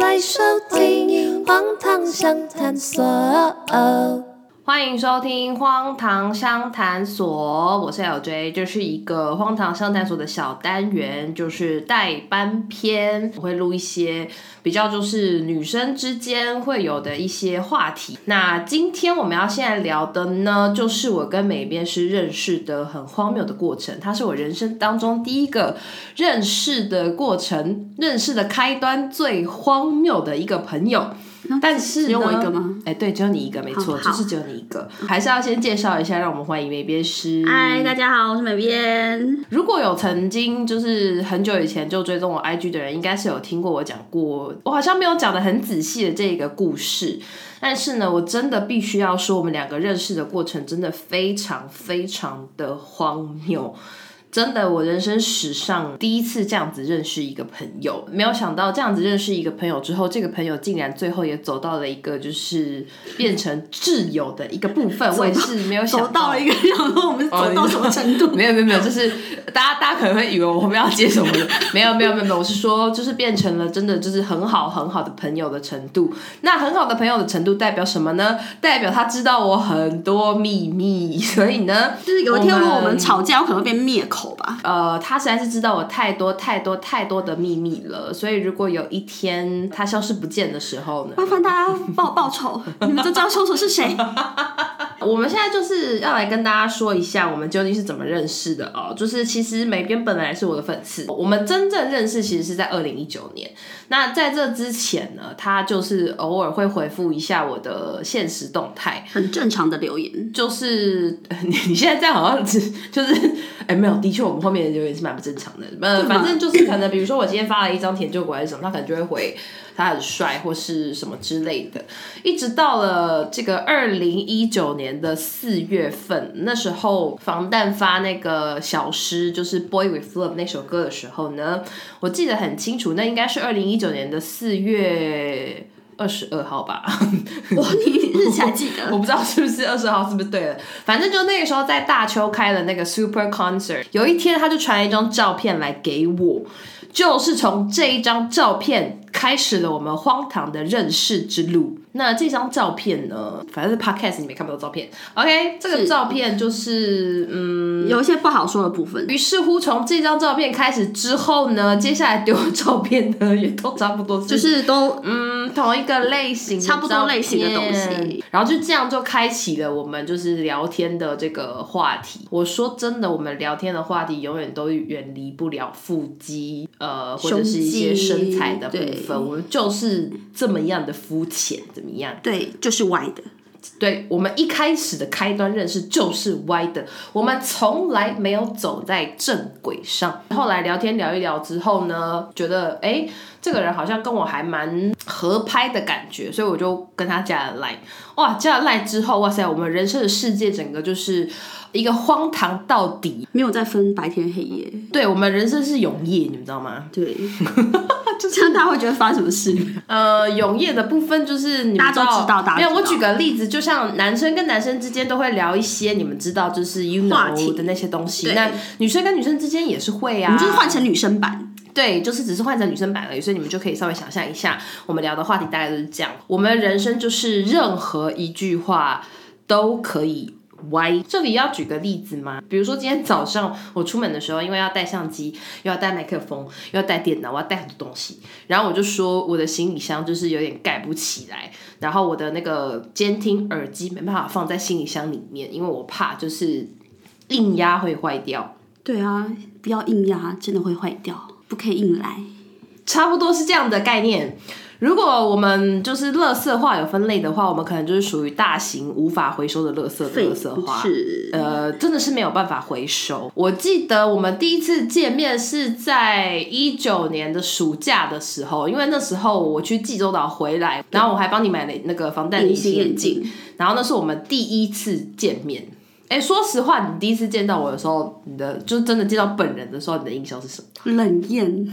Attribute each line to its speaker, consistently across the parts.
Speaker 1: 来收听《荒唐相探索》。
Speaker 2: 欢迎收听《荒唐商谈所》，我是 LJ，这是一个《荒唐商谈所》的小单元，就是代班篇，我会录一些比较就是女生之间会有的一些话题。那今天我们要现在聊的呢，就是我跟美编师认识的很荒谬的过程，它是我人生当中第一个认识的过程，认识的开端最荒谬的一个朋友。但是呢
Speaker 3: 只有我一个吗？
Speaker 2: 哎，对，只有你一个，没错，
Speaker 3: 好
Speaker 2: 就是只有你一个。还是要先介绍一下，让我们欢迎美编师。
Speaker 3: 嗨，大家好，我是美编。
Speaker 2: 如果有曾经就是很久以前就追踪我 IG 的人，应该是有听过我讲过，我好像没有讲的很仔细的这个故事。但是呢，我真的必须要说，我们两个认识的过程真的非常非常的荒谬。真的，我人生史上第一次这样子认识一个朋友，没有想到这样子认识一个朋友之后，这个朋友竟然最后也走到了一个就是变成挚友的一个部分，我也是没有想
Speaker 3: 走到了一个想说我们走到什么程度？
Speaker 2: 没有没有没有，就是大家大家可能会以为我们要接什么 的，没有没有没有没有，我是说就是变成了真的就是很好很好的朋友的程度。那很好的朋友的程度代表什么呢？代表他知道我很多秘密，所以呢，
Speaker 3: 就是有一天如果我们吵架，我可能会被灭口 吧。
Speaker 2: 呃，他实在是知道我太多太多太多的秘密了，所以如果有一天他消失不见的时候呢，
Speaker 3: 麻烦大家帮我报 仇，你们都知道凶手是谁。
Speaker 2: 我们现在就是要来跟大家说一下，我们究竟是怎么认识的哦。就是其实美编本来是我的粉丝，我们真正认识其实是在二零一九年。那在这之前呢，他就是偶尔会回复一下我的现实动态，
Speaker 3: 很正常的留 言，
Speaker 2: 就是 呃你你现在这样好像只就是哎、没有，的确我们后面的留言是蛮不正常的。呃，反正就是可能，比如说我今天发了一张甜酒果还是什么，他可能就会回他很帅或是什么之类的。一直到了这个二零一九年的四月份，那时候防弹发那个小诗就是《Boy with Love》那首歌的时候呢，我记得很清楚，那应该是二零一九年的四月二十二号吧。
Speaker 3: 哇，你日期还记得？
Speaker 2: 我不知道是不是二十号是不是对的，反正就那个时候在大邱开了那个 Super Concert，有一天他就传了一张照片来给我，就是从这一张照片开始了我们荒唐的认识之路。那这张照片呢，反正是 podcast 你没看不到照片，OK，这个
Speaker 3: 是
Speaker 2: 照片就是嗯。
Speaker 3: 有一些不好说的部分。
Speaker 2: 于是乎，从这张照片开始之后呢，接下来丢的照片呢也都差不多，
Speaker 3: 就
Speaker 2: 就是
Speaker 3: 都
Speaker 2: 嗯，同一个类型的照片，
Speaker 3: 差不多类型的东西
Speaker 2: 然后就这样就开启了我们就是聊天的这个话题。我说真的，我们聊天的话题永远都远离不了腹肌，呃，或者是一些
Speaker 3: 胸
Speaker 2: 身
Speaker 3: 肌
Speaker 2: 材的部
Speaker 3: 对
Speaker 2: 分。我们就是这么样的肤浅，怎么样？
Speaker 3: 对，就是歪的。
Speaker 2: 对我们一开始的开端认识就是歪的，我们从来没有走在正轨上。后来聊天聊一聊之后呢，觉得哎，诶这个人好像跟我还蛮合拍的感觉，所以我就跟他加了 line。哇，加了 line 之后，哇塞，我们人生的世界整个就是一个荒唐到底。
Speaker 3: 没有再分白天黑夜。
Speaker 2: 对我们人生是永夜，你们知道吗？
Speaker 3: 对，这样大家会觉得发生什么 事？
Speaker 2: 呃，永夜的部分就是你们
Speaker 3: 大家都知道大家
Speaker 2: 没有，
Speaker 3: 知
Speaker 2: 我
Speaker 3: 道
Speaker 2: 举个例子，就像男生跟男生之间都会聊一些你们知道就是 you
Speaker 3: 话题
Speaker 2: know 的那些东西，
Speaker 3: 对
Speaker 2: 那女生跟女生之间也是会啊，
Speaker 3: 你就是换成女生版，
Speaker 2: 对，就是只是换成女生版而已，所以你们就可以稍微想象一下，我们聊的话题大概都是这样。我们人生就是任何一句话都可以。歪，这里要举个例子吗？比如说今天早上我出门的时候，因为要带相机，又要带麦克风，又要带电脑，我要带很多东西，然后我就说我的行李箱就是有点盖不起来，然后我的那个监听耳机没办法放在行李箱里面，因为我怕就是硬压会坏掉。
Speaker 3: 对啊，不要硬压，真的会坏掉，不可以硬来。
Speaker 2: 差不多是这样的概念。如果我们就是垃圾化有分类的话，我们可能就是属于大型无法回收的垃圾的垃圾化。
Speaker 3: 是
Speaker 2: 呃，真的是没有办法回收。我记得我们第一次见面是在一九年的暑假的时候，因为那时候我去济州岛回来，然后我还帮你买了那个防弹
Speaker 3: 隐
Speaker 2: 隐形
Speaker 3: 形眼
Speaker 2: 眼镜，
Speaker 3: 镜，
Speaker 2: 然后那是我们第一次见面。哎，说实话，你第一次见到我的时候，你的就是真的见到本人的时候，你的印象是什么？
Speaker 3: 冷艳，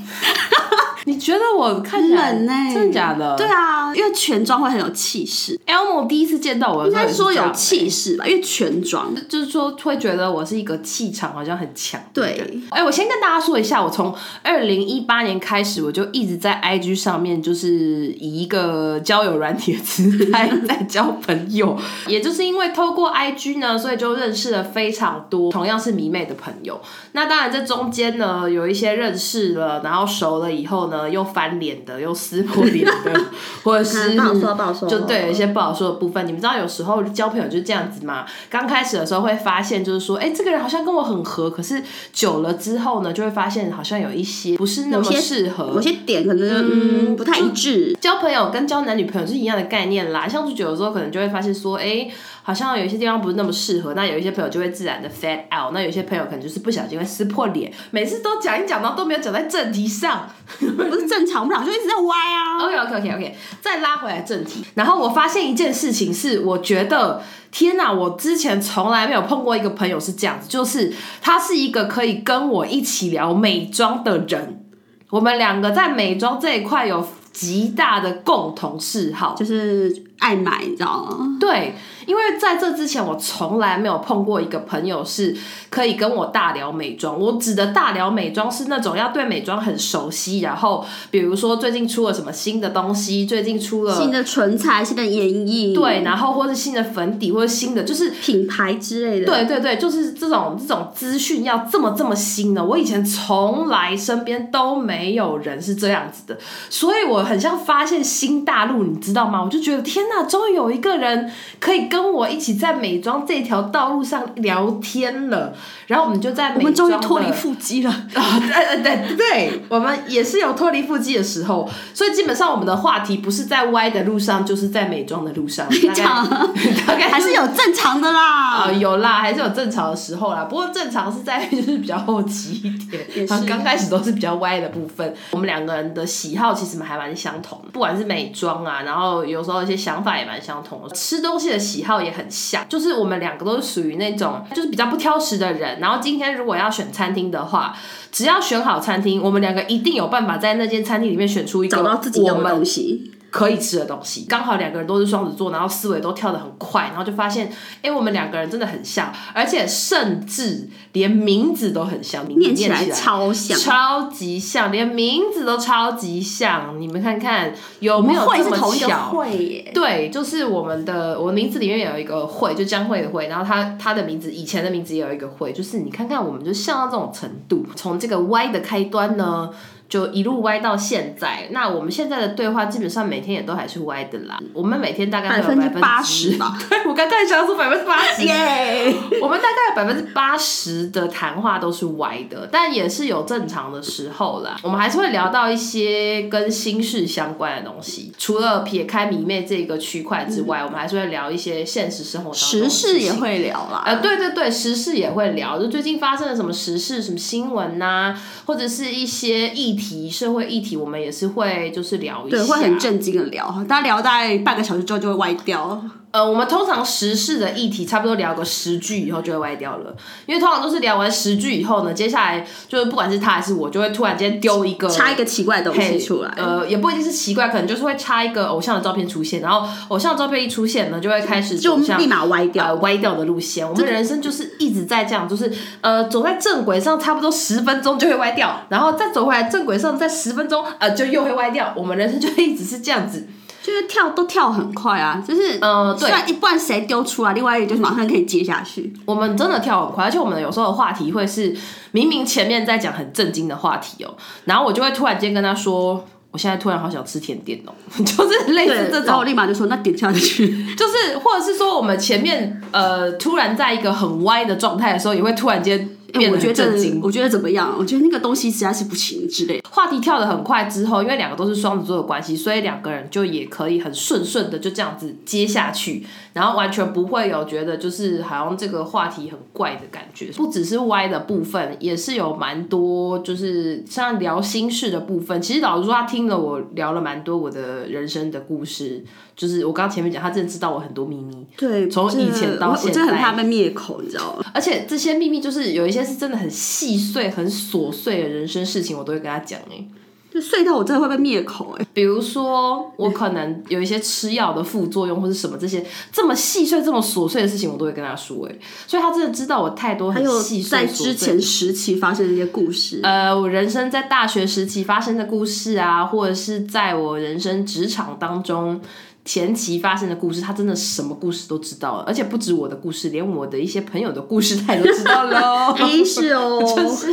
Speaker 2: 你觉得我看
Speaker 3: 很
Speaker 2: 起来
Speaker 3: 冷呢、
Speaker 2: 真的假的？
Speaker 3: 对。啊，因为全妆会很有气势，
Speaker 2: Elmo 第一次见到我的欸
Speaker 3: 应
Speaker 2: 时候
Speaker 3: 该
Speaker 2: 也是这
Speaker 3: 说
Speaker 2: 样，
Speaker 3: 有气势吧，因为全妆。
Speaker 2: 就是说会觉得我是一个气场好像很强。
Speaker 3: 对
Speaker 2: 的人哎、我先跟大家说一下，我从二零一八年开始，我就一直在 IG 上面，就是以一个交友软体的姿态在交 朋友。也就是因为透过 IG 呢，所以就认识了非常多同样是迷妹的朋友。那当然，这中间呢，有一些认识了，然后熟了以后呢，又翻脸的，又撕破脸 的，或者是
Speaker 3: 嗯不好说不好说
Speaker 2: 就对有一些不好说的部分。你们知道，有时候交朋友就是这样子嘛。刚开始的时候会发现，就是说，哎、这个人好像跟我很合，可是久了之后呢，就会发现好像有一些不是那么
Speaker 3: 某些
Speaker 2: 适合，
Speaker 3: 某些点可能就嗯不太一致，
Speaker 2: 交朋友跟交男女朋友是一样的概念啦。相处久了之后，可能就会发现说，哎、好像有一些地方不是那么适合。那有一些朋友就会自然的 fade out，那有一些朋友可能就是不小心会撕破脸。每次都讲一讲，然后都没有讲在正题上。嗯
Speaker 3: 不是正常，我们俩就一直在歪啊。
Speaker 2: OK OK OK OK，再拉回来正题。然后我发现一件事情是，我觉得天哪，我之前从来没有碰过一个朋友是这样子，就是他是一个可以跟我一起聊美妆的人。我们两个在美妆这一块有极大的共同嗜好，
Speaker 3: 就是爱买，你知道吗？
Speaker 2: 对，因为在这之前，我从来没有碰过一个朋友是可以跟我大聊美妆。我指的大聊美妆是那种要对美妆很熟悉，然后比如说最近出了什么新的东西，最近出
Speaker 3: 新
Speaker 2: 了
Speaker 3: 的唇彩，新的眼影，
Speaker 2: 对，，然后或是新的粉底，或者新的就是。
Speaker 3: 品牌之类的，
Speaker 2: 对对对，就是这种这种资讯要这么这么新的，我以前从来身边都没有人是这样子的，所以我很像发现新大陆，你知道吗？我就觉得天哪，终于有一个人可以跟我一起在美妆这条道路上聊天了。然后我们就在美
Speaker 3: 我们终于
Speaker 2: 妆
Speaker 3: 脱离
Speaker 2: 的
Speaker 3: 腹肌了。
Speaker 2: 啊，对对 对，我们也是有脱离腹肌的时候，所以基本上我们的话题不是在歪的路上，就是在美妆的路上。大概
Speaker 3: 讲啊
Speaker 2: 大概
Speaker 3: 还是有正常的
Speaker 2: 啊、
Speaker 3: 啦。
Speaker 2: 有啦，还是有正常的时候啦。不过正常是在 就是比较后期一点，
Speaker 3: 也
Speaker 2: 然后
Speaker 3: 是
Speaker 2: 刚开始都是比较歪的部分。我们两个人的喜好其实还蛮相同的，不管是美妆啊，然后有时候一些想法也蛮相同的，吃东西的喜好也很像。就是我们两个都是属于那种就是比较不挑食的人。然后今天如果要选餐厅的话，只要选好餐厅，我们两个一定有办法在那间餐厅里面选出一个
Speaker 3: 找到自己的
Speaker 2: 我们
Speaker 3: 东西，
Speaker 2: 可以吃的东
Speaker 3: 嗯
Speaker 2: 西。刚好两个人都是双子座，然后思维都跳得很快，然后就发现，哎、我们两个人真的很像，而且甚至连名字都很像，名字
Speaker 3: 念起来
Speaker 2: 来
Speaker 3: 超像。
Speaker 2: 超级像，连名字都超级像。你们看看有
Speaker 3: 我
Speaker 2: 没
Speaker 3: 们
Speaker 2: 有
Speaker 3: 会
Speaker 2: 这
Speaker 3: 是
Speaker 2: 么
Speaker 3: 同一个
Speaker 2: 巧？
Speaker 3: 会耶，
Speaker 2: 对，就是我们的我的名字里面有一个慧，就江慧的慧，然后他他的名字以前的名字也有一个慧，就是你看看我们就像到这种程度，从这个歪的开端呢。就一路歪到现在，那我们现在的对话基本上每天也都还是歪的啦。我们每天大概会
Speaker 3: 分
Speaker 2: 有
Speaker 3: 之八
Speaker 2: 之
Speaker 3: 十，吧。
Speaker 2: 对我刚才想说百分之八十，
Speaker 3: 耶！
Speaker 2: 我们大概有百分之八十的谈话都是歪的，但也是有正常的时候啦。我们还是会聊到一些跟心事相关的东西，除了撇开迷妹这个区块之外，我们还是会聊一些现实生活当中
Speaker 3: 时
Speaker 2: 的
Speaker 3: 事也
Speaker 2: 情。
Speaker 3: 会聊啦。
Speaker 2: 呃，对对对，时事也会聊，就最近发生了什么时事、什么新闻呐、或者是一些议题、社会议题，我们也是会就是聊一下。
Speaker 3: 对，会很震惊的聊，大家聊大概半个小时之后就会歪掉。
Speaker 2: 呃，我们通常时事的议题差不多聊个十句以后就会歪掉了，因为通常都是聊完十句以后呢，接下来就是不管是他还是我，就会突然间丢一个
Speaker 3: 插一个奇怪的东西
Speaker 2: 嘿
Speaker 3: 出来，
Speaker 2: 呃，也不一定是奇怪，可能就是会插一个偶像的照片出现，然后偶像的照片一出现呢，就会开始
Speaker 3: 就
Speaker 2: 走向
Speaker 3: 立马歪掉
Speaker 2: 呃歪掉的路线。我们人生就是一直在这样，就是呃走在正轨上，差不多十分钟就会歪掉，然后再走回来正轨上，再十分钟呃就又会歪掉。我们人生就一直是这样子。
Speaker 3: 就是跳都跳很快啊，就是
Speaker 2: 呃对
Speaker 3: 虽然一不然谁丢出来，另外一个就是马上可以接下去。
Speaker 2: 我们真的跳很快，而且我们有时候的话题会是明明前面在讲很震惊的话题哦、然后我就会突然间跟他说。我现在突然好想吃甜点哦、 就是类似
Speaker 3: 对，
Speaker 2: 这
Speaker 3: 然后我
Speaker 2: 种，
Speaker 3: 立马就说那点下 去，
Speaker 2: 就是或者是说我们前面呃突然在一个很歪的状态的时候，也会突然间变
Speaker 3: 哎我
Speaker 2: 得
Speaker 3: 觉
Speaker 2: 很
Speaker 3: 得
Speaker 2: 啊震惊。
Speaker 3: 我觉得怎么样？我觉得那个东西实在是不行之类的。
Speaker 2: 话题跳得很快之后，因为两个都是双子座的关系，所以两个人就也可以很顺顺的就这样子接下去，然后完全不会有觉得就是好像这个话题很怪的感觉。不只是歪的部分，也是有蛮多就是像聊心事的部分。其实老实说，他听了我聊了蛮多我的人生的故事，就是我刚前面讲，他真的知道我很多秘密。
Speaker 3: 对，
Speaker 2: 从以前
Speaker 3: 真的
Speaker 2: 到
Speaker 3: 我
Speaker 2: 现
Speaker 3: 我真的很
Speaker 2: 在
Speaker 3: 怕被灭口，你知道吗？
Speaker 2: 而且这些秘密就是有一些是真的很细碎、很琐碎的人生事情，我都会跟他讲哎、
Speaker 3: 就睡到我真的会被灭口哎、
Speaker 2: 比如说，我
Speaker 3: 嗯
Speaker 2: 可能有一些吃药的副作用或者什么这些这么细碎、这么琐碎的事情，我都会跟他说、哎，所以他真的知道我太多
Speaker 3: 还
Speaker 2: 很
Speaker 3: 有
Speaker 2: 细碎。
Speaker 3: 在
Speaker 2: 琐
Speaker 3: 之
Speaker 2: 碎
Speaker 3: 前时期发生的一些故事，
Speaker 2: 呃，我人生在大学时期发生的故事啊，或者是在我人生职场当中前期发生的故事，他真的什么故事都知道了，而且不止我的故事，连我的一些朋友的故事他也都知道 喽。
Speaker 3: 哎、是 哦，就是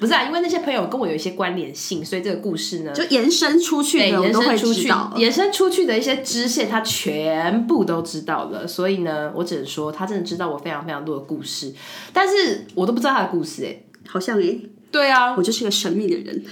Speaker 2: 不是啊，因为那些朋友跟我有一些关联性，所以这个故事呢，
Speaker 3: 就延伸出去
Speaker 2: 对
Speaker 3: 的，我
Speaker 2: 延
Speaker 3: 都
Speaker 2: 伸
Speaker 3: 会
Speaker 2: 出
Speaker 3: 知
Speaker 2: 去
Speaker 3: 道，。
Speaker 2: 延伸出去的一些支线，他全部都知道了。所以呢，我只能说，他真的知道我非常非常多的故事，但是我都不知道他的故事、欸。
Speaker 3: 好像哎、
Speaker 2: 对啊，
Speaker 3: 我就是一个神秘的人，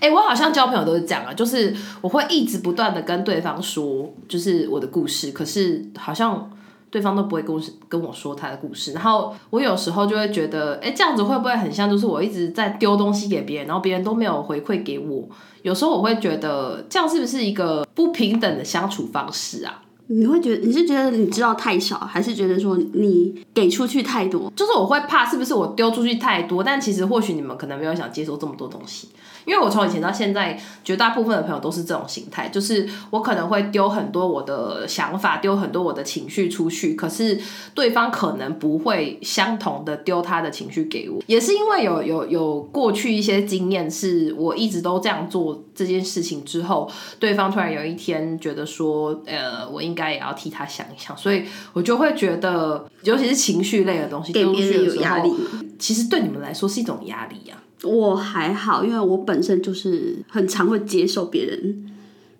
Speaker 2: 哎、我好像交朋友都是这样啊，就是我会一直不断的跟对方说，就是我的故事，可是好像对方都不会跟我跟我说他的故事，然后我有时候就会觉得，哎、这样子会不会很像，就是我一直在丢东西给别人，然后别人都没有回馈给我，有时候我会觉得这样是不是一个不平等的相处方式啊？
Speaker 3: 你会觉得你是觉得你知道太少，还是觉得说你给出去太多？
Speaker 2: 就是我会怕是不是我丢出去太多，但其实或许你们可能没有想接收这么多东西，因为我从以前到现在，绝大部分的朋友都是这种心态，就是我可能会丢很多我的想法，丢很多我的情绪出去，可是对方可能不会相同的丢他的情绪给我，也是因为有有有过去一些经验，是我一直都这样做这件事情之后，对方突然有一天觉得说，呃，我应该也要替他想一想，所以我就会觉得，尤其是情绪类的东西，
Speaker 3: 给别人
Speaker 2: 丢出去的
Speaker 3: 有压
Speaker 2: 时候
Speaker 3: 力，
Speaker 2: 其实对你们来说是一种压力啊呀、
Speaker 3: 我还好，因为我本身就是很常会接受别人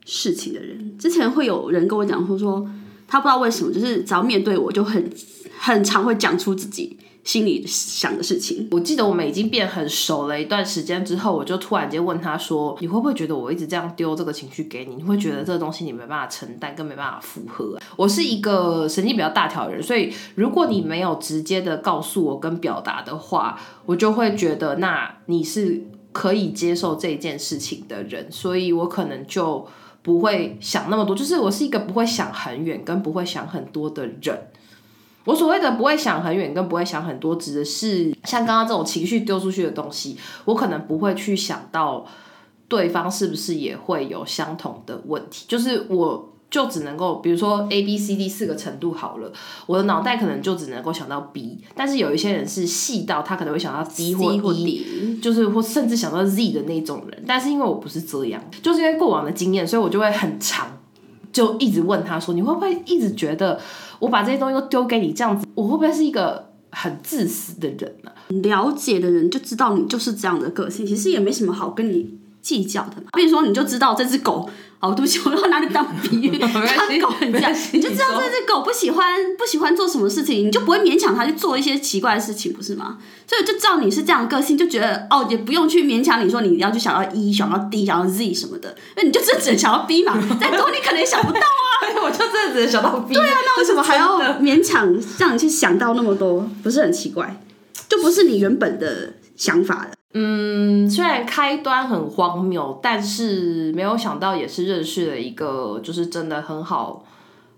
Speaker 3: 事情的人。之前会有人跟我讲说说，他不知道为什么，就是只要面对我就很很常会讲出自己心里想的事情。
Speaker 2: 我记得我们已经变很熟了一段时间之后，我就突然间问他说：“你会不会觉得我一直这样丢这个情绪给你？你会觉得这个东西你没办法承担，跟没办法负荷啊、我是一个神经比较大条的人，所以如果你没有直接的告诉我跟表达的话，我就会觉得那你是可以接受这件事情的人，所以我可能就不会想那么多。就是我是一个不会想很远跟不会想很多的人。我所谓的不会想很远，跟不会想很多，指的是像刚刚这种情绪丢出去的东西，我可能不会去想到对方是不是也会有相同的问题，就是我。就只能够，比如说 A、B、C、D 四个程度好了，我的脑袋可能就只能够想到 B，但是有一些人是细到他可能会想到 D 或 E，
Speaker 3: 或底，
Speaker 2: 就是或甚至想到 Z 的那种人，但是因为我不是这样，就是因为过往的经验，所以我就会很长，就一直问他说，你会不会一直觉得我把这些东西都丢给你这样子，我会不会是一个很自私的人啊呢、
Speaker 3: 了解的人就知道你就是这样的个性，其实也没什么好跟你计较的嘛。比如说，你就知道这只狗，哦，对不起，我要拿你当比 喻，它狗很这样，你就知道这只狗不喜欢不喜欢做什么事情，你就不会勉强它去做一些奇怪的事情，不是吗？所以就知道你是这样的个性，就觉得哦，也不用去勉强你说你要去想要 E、想要 D、想要 Z 什么的，那你就真的只能想要 B 嘛，再多你可能也想不到啊。
Speaker 2: 我就真的只能想到 B。对啊，那
Speaker 3: 为什么还要勉强 让你去想到那么多？不是很奇怪，就不是你原本的想法了。
Speaker 2: 嗯，虽然开端很荒谬，但是没有想到也是认识了一个，就是真的很好、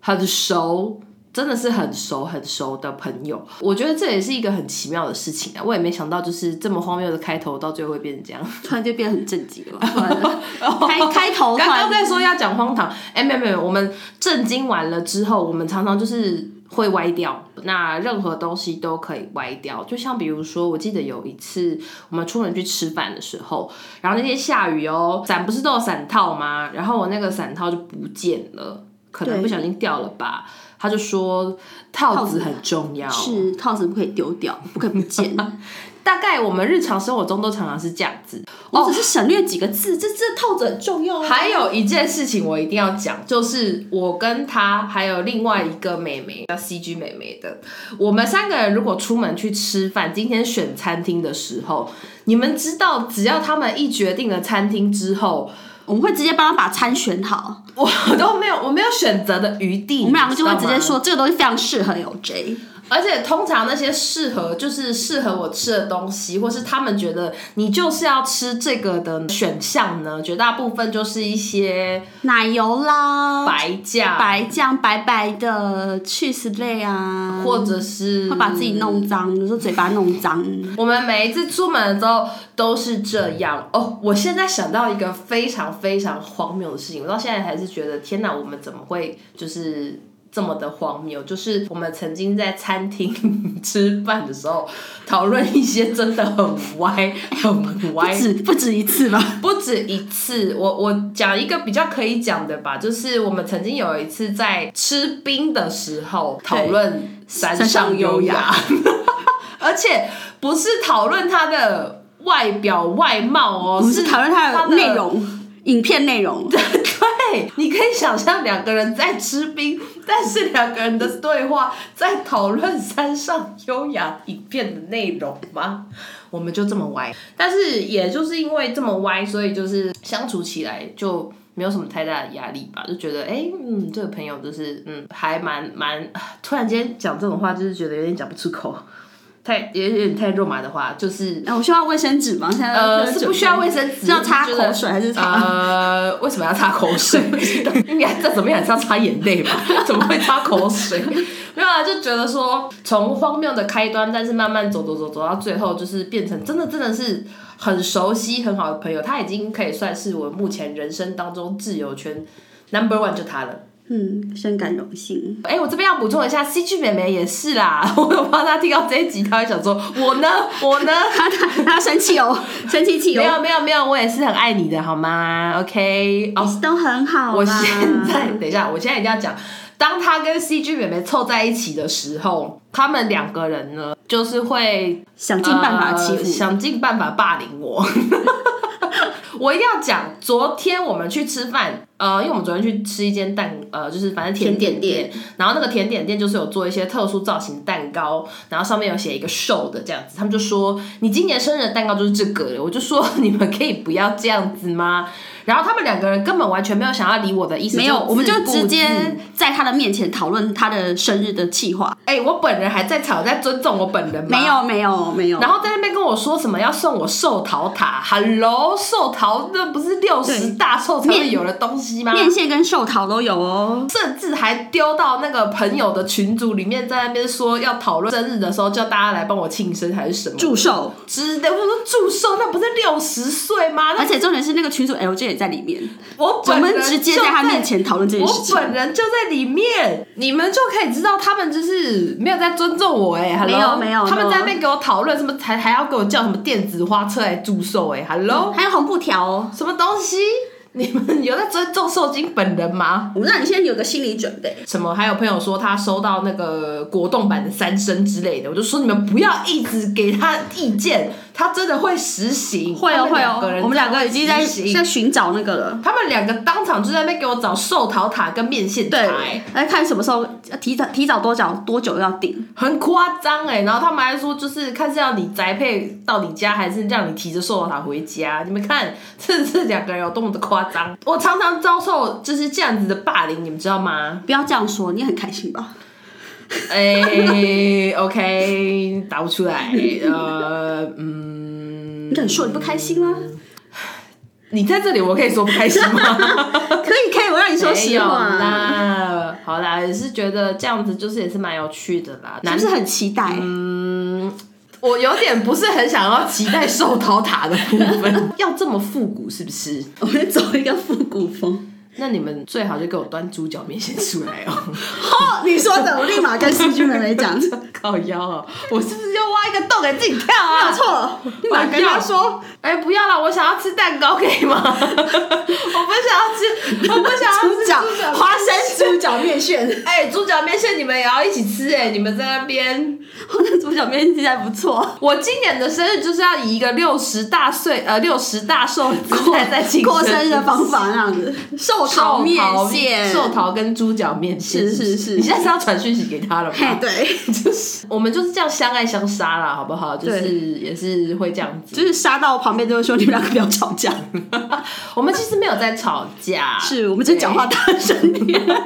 Speaker 2: 很熟，真的是很熟很熟的朋友。我觉得这也是一个很奇妙的事情啊！我也没想到，就是这么荒谬的开头，到最后会变成这样。
Speaker 3: 突然就变得很正 经了吧，突然开开头突
Speaker 2: 刚刚
Speaker 3: 然
Speaker 2: 在说要讲荒唐，哎、没有没有，我们震惊完了之后，我们常常就是会歪掉，那任何东西都可以歪掉。就像比如说，我记得有一次我们出门去吃饭的时候，然后那天下雨哦，伞不是都有伞套吗？然后我那个伞套就不见了，可能
Speaker 3: 对
Speaker 2: 不小心掉了吧。他就说套
Speaker 3: 套
Speaker 2: 子
Speaker 3: 子
Speaker 2: 很重要，
Speaker 3: 是套子不可以丢掉，不可以不 见。
Speaker 2: 哦大概我们日常生活中都常常是这样子。
Speaker 3: 我只是省略几个字，这这套子很重要啊。
Speaker 2: 还有一件事情我一定要讲，就是我跟她还有另外一个妹妹叫 CG 妹妹的，我们三个人如果出门去吃饭，今天选餐厅的时候，你们知道，只要他们一决定了餐厅之后，
Speaker 3: 我们会直接帮他把餐选好，
Speaker 2: 我都没有我没有选择的余地，
Speaker 3: 我们两个就会直接
Speaker 2: 你知道吗
Speaker 3: 说这个东西非常适合有 J。
Speaker 2: 而且通常那些适合就是适合我吃的东西，或是他们觉得你就是要吃这个的选项呢，绝大部分就是一些
Speaker 3: 奶油啦、
Speaker 2: 白酱、
Speaker 3: 白酱、白白的 cheese 类啊，
Speaker 2: 或者是
Speaker 3: 会把自己弄脏，比如说嘴巴弄脏。
Speaker 2: 我们每一次出门的时候都是这样哦。我现在想到一个非常非常荒谬的事情，我到现在还是觉得天哪，我们怎么会就是这么的荒谬？就是我们曾经在餐厅吃饭的时候讨论一些真的很歪、很
Speaker 3: 不
Speaker 2: 歪
Speaker 3: 止不止一次吧？
Speaker 2: 不止一次，我我讲一个比较可以讲的吧，就是我们曾经有一次在吃冰的时候讨论山上优雅， 而且不是讨论它的外表外貌哦，
Speaker 3: 我们是讨论它
Speaker 2: 的
Speaker 3: 的内。容，影片内容。
Speaker 2: 对，你可以想象两个人在吃冰，但是两个人的对话在讨论山上优雅影片的内容吗？我们就这么歪，但是也就是因为这么歪，所以就是相处起来就没有什么太大的压力吧，就觉得哎、诶嗯，这个朋友就是嗯，还蛮蛮，突然间讲这种话，就是觉得有点讲不出口，太有点太肉麻的话，就是
Speaker 3: 哎，我需要卫生纸吗？现在
Speaker 2: 呃，是不需要卫生纸，
Speaker 3: 是要擦
Speaker 2: 就觉得
Speaker 3: 口水还是擦
Speaker 2: 呃，为什么要擦口水？ 应该再怎么样也是要擦眼泪 吧？怎么会擦口水？没有啊，就觉得说从荒谬的开端，但是慢慢走走走走到最后，就是变成真的真的是很熟悉很好的朋友，他已经可以算是我目前人生当中自由圈 number one 就他了。
Speaker 3: 嗯，深感荣幸。
Speaker 2: 哎、我这边要补充一下，C G 妹妹也是啦，我有帮她听到这一集，她会想说我呢，我呢。
Speaker 3: 他他他生气 哦，生气气
Speaker 2: 没
Speaker 3: 哦，
Speaker 2: 有没有没有，我也是很爱你的，好吗？OK，哦，
Speaker 3: 都很好啦。啊
Speaker 2: 我现在等一下，我现在一定要讲，当他跟 CG 妹妹凑在一起的时候，他们两个人呢，就是会
Speaker 3: 想尽办法欺
Speaker 2: 呃
Speaker 3: 负
Speaker 2: 想尽办法霸凌我。 我一定要讲，昨天我们去吃饭，呃，因为我们昨天去吃一间蛋，呃，就是反正甜点
Speaker 3: 甜
Speaker 2: 店，然后那个甜点店就是有做一些特殊造型蛋糕，然后上面有写一个瘦的这样子，他们就说你今年生日的蛋糕就是这个了，我就说 你们可以不要这样子吗？然后他们两个人根本完全没有想要理我的意思，
Speaker 3: 没有，
Speaker 2: 自
Speaker 3: 我们就
Speaker 2: 顾
Speaker 3: 直
Speaker 2: 自
Speaker 3: 接在他的面前讨论他的生日的计划。
Speaker 2: 哎、我本人还在场，在尊重我本人吗？
Speaker 3: 没。有，没有，没有。
Speaker 2: 然后在那边跟我说什么要送我寿桃塔，Hello，寿桃那不是六十
Speaker 3: 对
Speaker 2: 大寿才会有的东西吗？
Speaker 3: 面线跟寿桃都有哦。
Speaker 2: 甚至还丢到那个朋友的群组里面，在那边说要讨论生日的时候，叫大家来帮我庆生还是什么
Speaker 3: 祝寿，
Speaker 2: 之类。我说祝寿，那不是六十岁 吗？那
Speaker 3: 而且重点是那个群主 LJ 也在里面，
Speaker 2: 我
Speaker 3: 我
Speaker 2: 本
Speaker 3: 们
Speaker 2: 人
Speaker 3: 直接
Speaker 2: 就
Speaker 3: 在
Speaker 2: 在
Speaker 3: 他面前讨论这件事
Speaker 2: 我
Speaker 3: 情。
Speaker 2: 本人就在里面，你们就可以知道他们就是没有在尊重我哎、h e l
Speaker 3: 没
Speaker 2: l
Speaker 3: 有
Speaker 2: o
Speaker 3: 没有
Speaker 2: 他们
Speaker 3: 没有
Speaker 2: 在那边给我讨论什么，还还要给我叫什么电子花车来祝寿哎、h e l l o
Speaker 3: 还有红布条哦，
Speaker 2: 什么东西？你们有在尊重受精本人吗？
Speaker 3: 我们让你先有个心理准备。
Speaker 2: 什么？还有朋友说他收到那个果冻版的三生之类的，我就说你们不要一直给他意见，他真的会实行。
Speaker 3: 会哦
Speaker 2: 他
Speaker 3: 会
Speaker 2: 两个
Speaker 3: 哦
Speaker 2: 人，
Speaker 3: 我们两个已经在
Speaker 2: 才会实行
Speaker 3: 在寻找那个了。
Speaker 2: 他们两个当场就在那边给我找寿桃塔跟面线塔、哎
Speaker 3: 对，来看什么时候提早提早多久多久要定。
Speaker 2: 很夸张哎，然后他们还说，就是看是要你宅配到你家，还是让你提着寿桃塔回家。你们看，这这两个人有多么的夸张！我常常遭受就是这样子的霸凌，你们知道吗？
Speaker 3: 不要这样说，你很开心吧？
Speaker 2: 哎、o k 答不出来，呃，嗯
Speaker 3: 你，敢说你不开心 吗？
Speaker 2: 你在这里我可以说不开心 吗？
Speaker 3: 可以可以，我让你说
Speaker 2: 没
Speaker 3: 实
Speaker 2: 有
Speaker 3: 话。
Speaker 2: 啦，好啦，也是觉得这样子就是也是蛮有趣的啦，
Speaker 3: 是
Speaker 2: 男
Speaker 3: 不是很期待？
Speaker 2: 我有点不是很想要期待寿桃塔的部 分，要这么复古是不是？
Speaker 3: 我们走一个复古风。
Speaker 2: 那你们最好就给我端猪脚面线出来哦，
Speaker 3: 哦，你说的，我立马跟思君妹妹讲， 没
Speaker 2: 靠腰哦， 我是不是又挖一个洞给自己跳
Speaker 3: 有
Speaker 2: 啊？
Speaker 3: 错，立马跟她说，
Speaker 2: 哎、不要了，我想要吃蛋糕，可以吗？我不想要吃，我不想要
Speaker 3: 猪
Speaker 2: 吃
Speaker 3: 脚
Speaker 2: 猪脚
Speaker 3: 花生猪脚面 线，
Speaker 2: 哎、猪脚面线你们也要一起吃哎、你们在那边。
Speaker 3: 花生哦猪脚面线还不错。
Speaker 2: 我今年的生日就是要以一个六十大岁呃六十大寿的姿态在庆
Speaker 3: 过生日的方法那样子，寿桃面线，
Speaker 2: 寿桃跟猪脚面线，
Speaker 3: 是是是
Speaker 2: 你现在是要传讯息给他了
Speaker 3: 嘿，
Speaker 2: 吗？
Speaker 3: 对，
Speaker 2: 我们就是这样相爱相杀啦，好不好？就是
Speaker 3: 对
Speaker 2: 也是会这样子。啊
Speaker 3: 就是杀到旁边就会说你们两个不要吵架，
Speaker 2: 我们其实没有在吵 架，
Speaker 3: 是我们就讲话大声点。
Speaker 2: 对。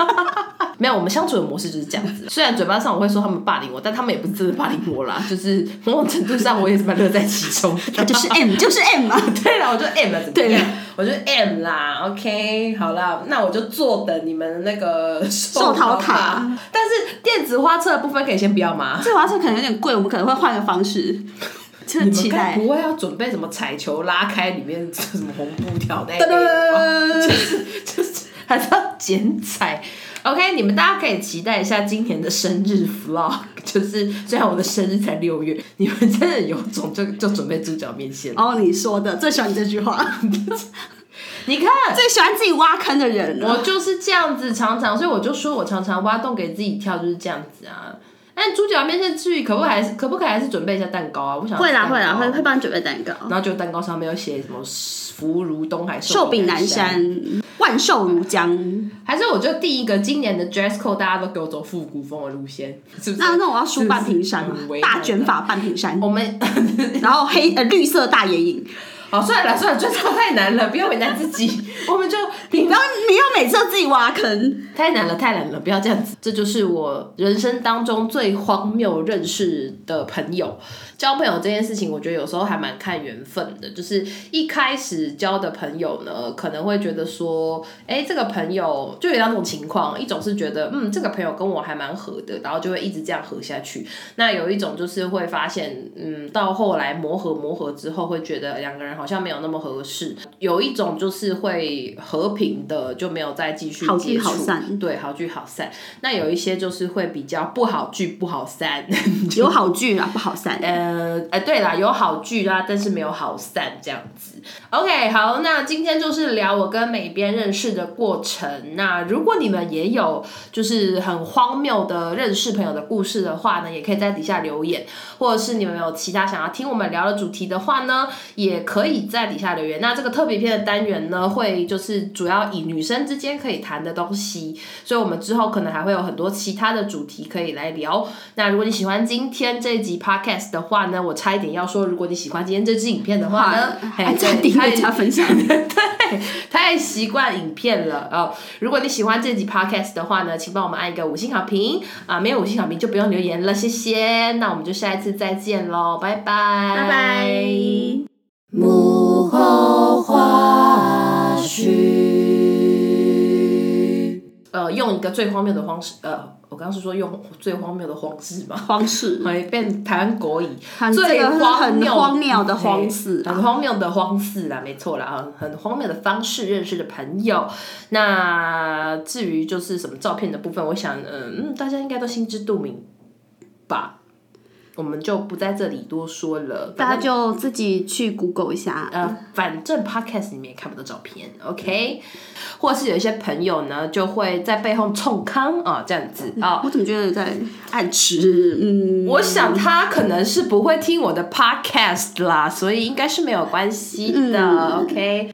Speaker 2: 没有，我们相处的模式就是这样子。虽然嘴巴上我会说他们霸凌我，但他们也不是真的霸凌我啦，就是某种程度上我也是蛮乐在其中的。
Speaker 3: 就是 M，就是 M 嘛。
Speaker 2: 对啦，我就 M 啦，怎么
Speaker 3: 对
Speaker 2: 样？我就 M 啦，OK，好啦，那我就坐等你们那个
Speaker 3: 寿
Speaker 2: 寿
Speaker 3: 桃
Speaker 2: 桃
Speaker 3: 塔
Speaker 2: 塔。但是电子花车的部分可以先不要吗？
Speaker 3: 这划算可能有点贵，我们可能会换个方式。真的很期
Speaker 2: 你们该
Speaker 3: 待
Speaker 2: 不。会要准备什么彩球拉开里面什么红布条那一类的吧？
Speaker 3: 噔
Speaker 2: 就是就是还是要剪彩。OK，你们大家可以期待一下今年的生日 vlog，就是 虽然我的生日才六月，你们真的有种就就准备猪脚面线了。
Speaker 3: 哦，你说的最喜欢你这句话，
Speaker 2: 你看，
Speaker 3: 最喜欢自己挖坑的人了。
Speaker 2: 我就是这样子，常常，所以我就说我常常挖洞给自己跳，就是这样子啊。但猪脚面线至于可不可以还是可不可以还是准备一下蛋糕啊？我想
Speaker 3: 会啦
Speaker 2: 吃蛋
Speaker 3: 会啦，
Speaker 2: 糕
Speaker 3: 会会帮你准备蛋糕。
Speaker 2: 然后就蛋糕上面有写什么“福如东海，
Speaker 3: 寿比
Speaker 2: 比
Speaker 3: 南
Speaker 2: 山
Speaker 3: 山，万寿如江。”，
Speaker 2: 还是我就定一个今年的 dress code，大家都给我走复古风的路线，是不是？
Speaker 3: 那那我要梳半平山
Speaker 2: 是不是很为，难
Speaker 3: 大卷发半平山，
Speaker 2: 我们
Speaker 3: 然后黑呃绿色大眼影。
Speaker 2: 好算了算了，dress code 太难了，不要为难自己， 我们就平
Speaker 3: 然后你要每次都自己挖坑，
Speaker 2: 太难了，太难了，不要这样子。这就是我人生当中最荒谬认识的朋友。交朋友这件事情，我觉得有时候还蛮看缘分的。就是一开始交的朋友呢，可能会觉得说，哎、这个朋友就有两种情况，一种是觉得，嗯，这个朋友跟我还蛮合的，然后就会一直这样合下去。那有一种就是会发现，嗯，到后来磨合磨合之后，会觉得两个人好像没有那么合适。有一种就是会和平的，就没有再继续
Speaker 3: 好
Speaker 2: 接
Speaker 3: 聚
Speaker 2: 触。
Speaker 3: 好散
Speaker 2: 对，好聚好散。那有一些就是会比较不好聚不好散，
Speaker 3: 有好聚啊，不好散。
Speaker 2: 呃，哎，对啦，有好聚啦，但是没有好散这样子。OK，好，那今天就是聊我跟美编认识的过程。那如果你们也有就是很荒谬的认识朋友的故事的话呢，也可以在底下留言，或者是你们有其他想要听我们聊的主题的话呢，也可以在底下留言。那这个特别篇的单元呢，会就是主要以女生之间可以谈的东西，所以我们之后可能还会有很多其他的主题可以来聊。那如果你喜欢今天这一集 podcast 的话呢，我差一点要说，如果你喜欢今天这支影片的话呢，嘿
Speaker 3: 还在
Speaker 2: 对
Speaker 3: 订
Speaker 2: 差
Speaker 3: 阅
Speaker 2: 一
Speaker 3: 加分享，
Speaker 2: 对，太习惯影片了哦。如果你喜欢这集 podcast 的话呢，请帮我们按一个五星好评啊，没有五星好评就不用留言了，谢谢。那我们就下一次再见喽，拜拜，
Speaker 3: 拜拜。
Speaker 1: 幕后花絮。
Speaker 2: 呃，用一个最荒谬的方式，呃，我刚刚是说用最荒谬的方式吗？
Speaker 3: 荒事，
Speaker 2: 还变台湾国语，
Speaker 3: 很这
Speaker 2: 最
Speaker 3: 个是
Speaker 2: 荒
Speaker 3: 很
Speaker 2: 谬
Speaker 3: 荒谬的荒事
Speaker 2: 对
Speaker 3: 啊。
Speaker 2: 很荒谬的荒事啦，没错啦，啊很荒谬的方式认识的朋友。那至于就是什么照片的部分，我想，嗯，嗯大家应该都心知肚明吧，我们就不在这里多说了。反
Speaker 3: 大家
Speaker 2: 正
Speaker 3: 就自己去 Google 一下，
Speaker 2: 呃，反正 podcast 里面也看不到照片，OK？或是有一些朋友呢，就会在背后冲康啊、这样子啊。
Speaker 3: 我怎么觉得在暗指？嗯，
Speaker 2: 我想他可能是不会听我的 podcast 啦，所以应该是没有关系的。
Speaker 3: 嗯
Speaker 2: OK，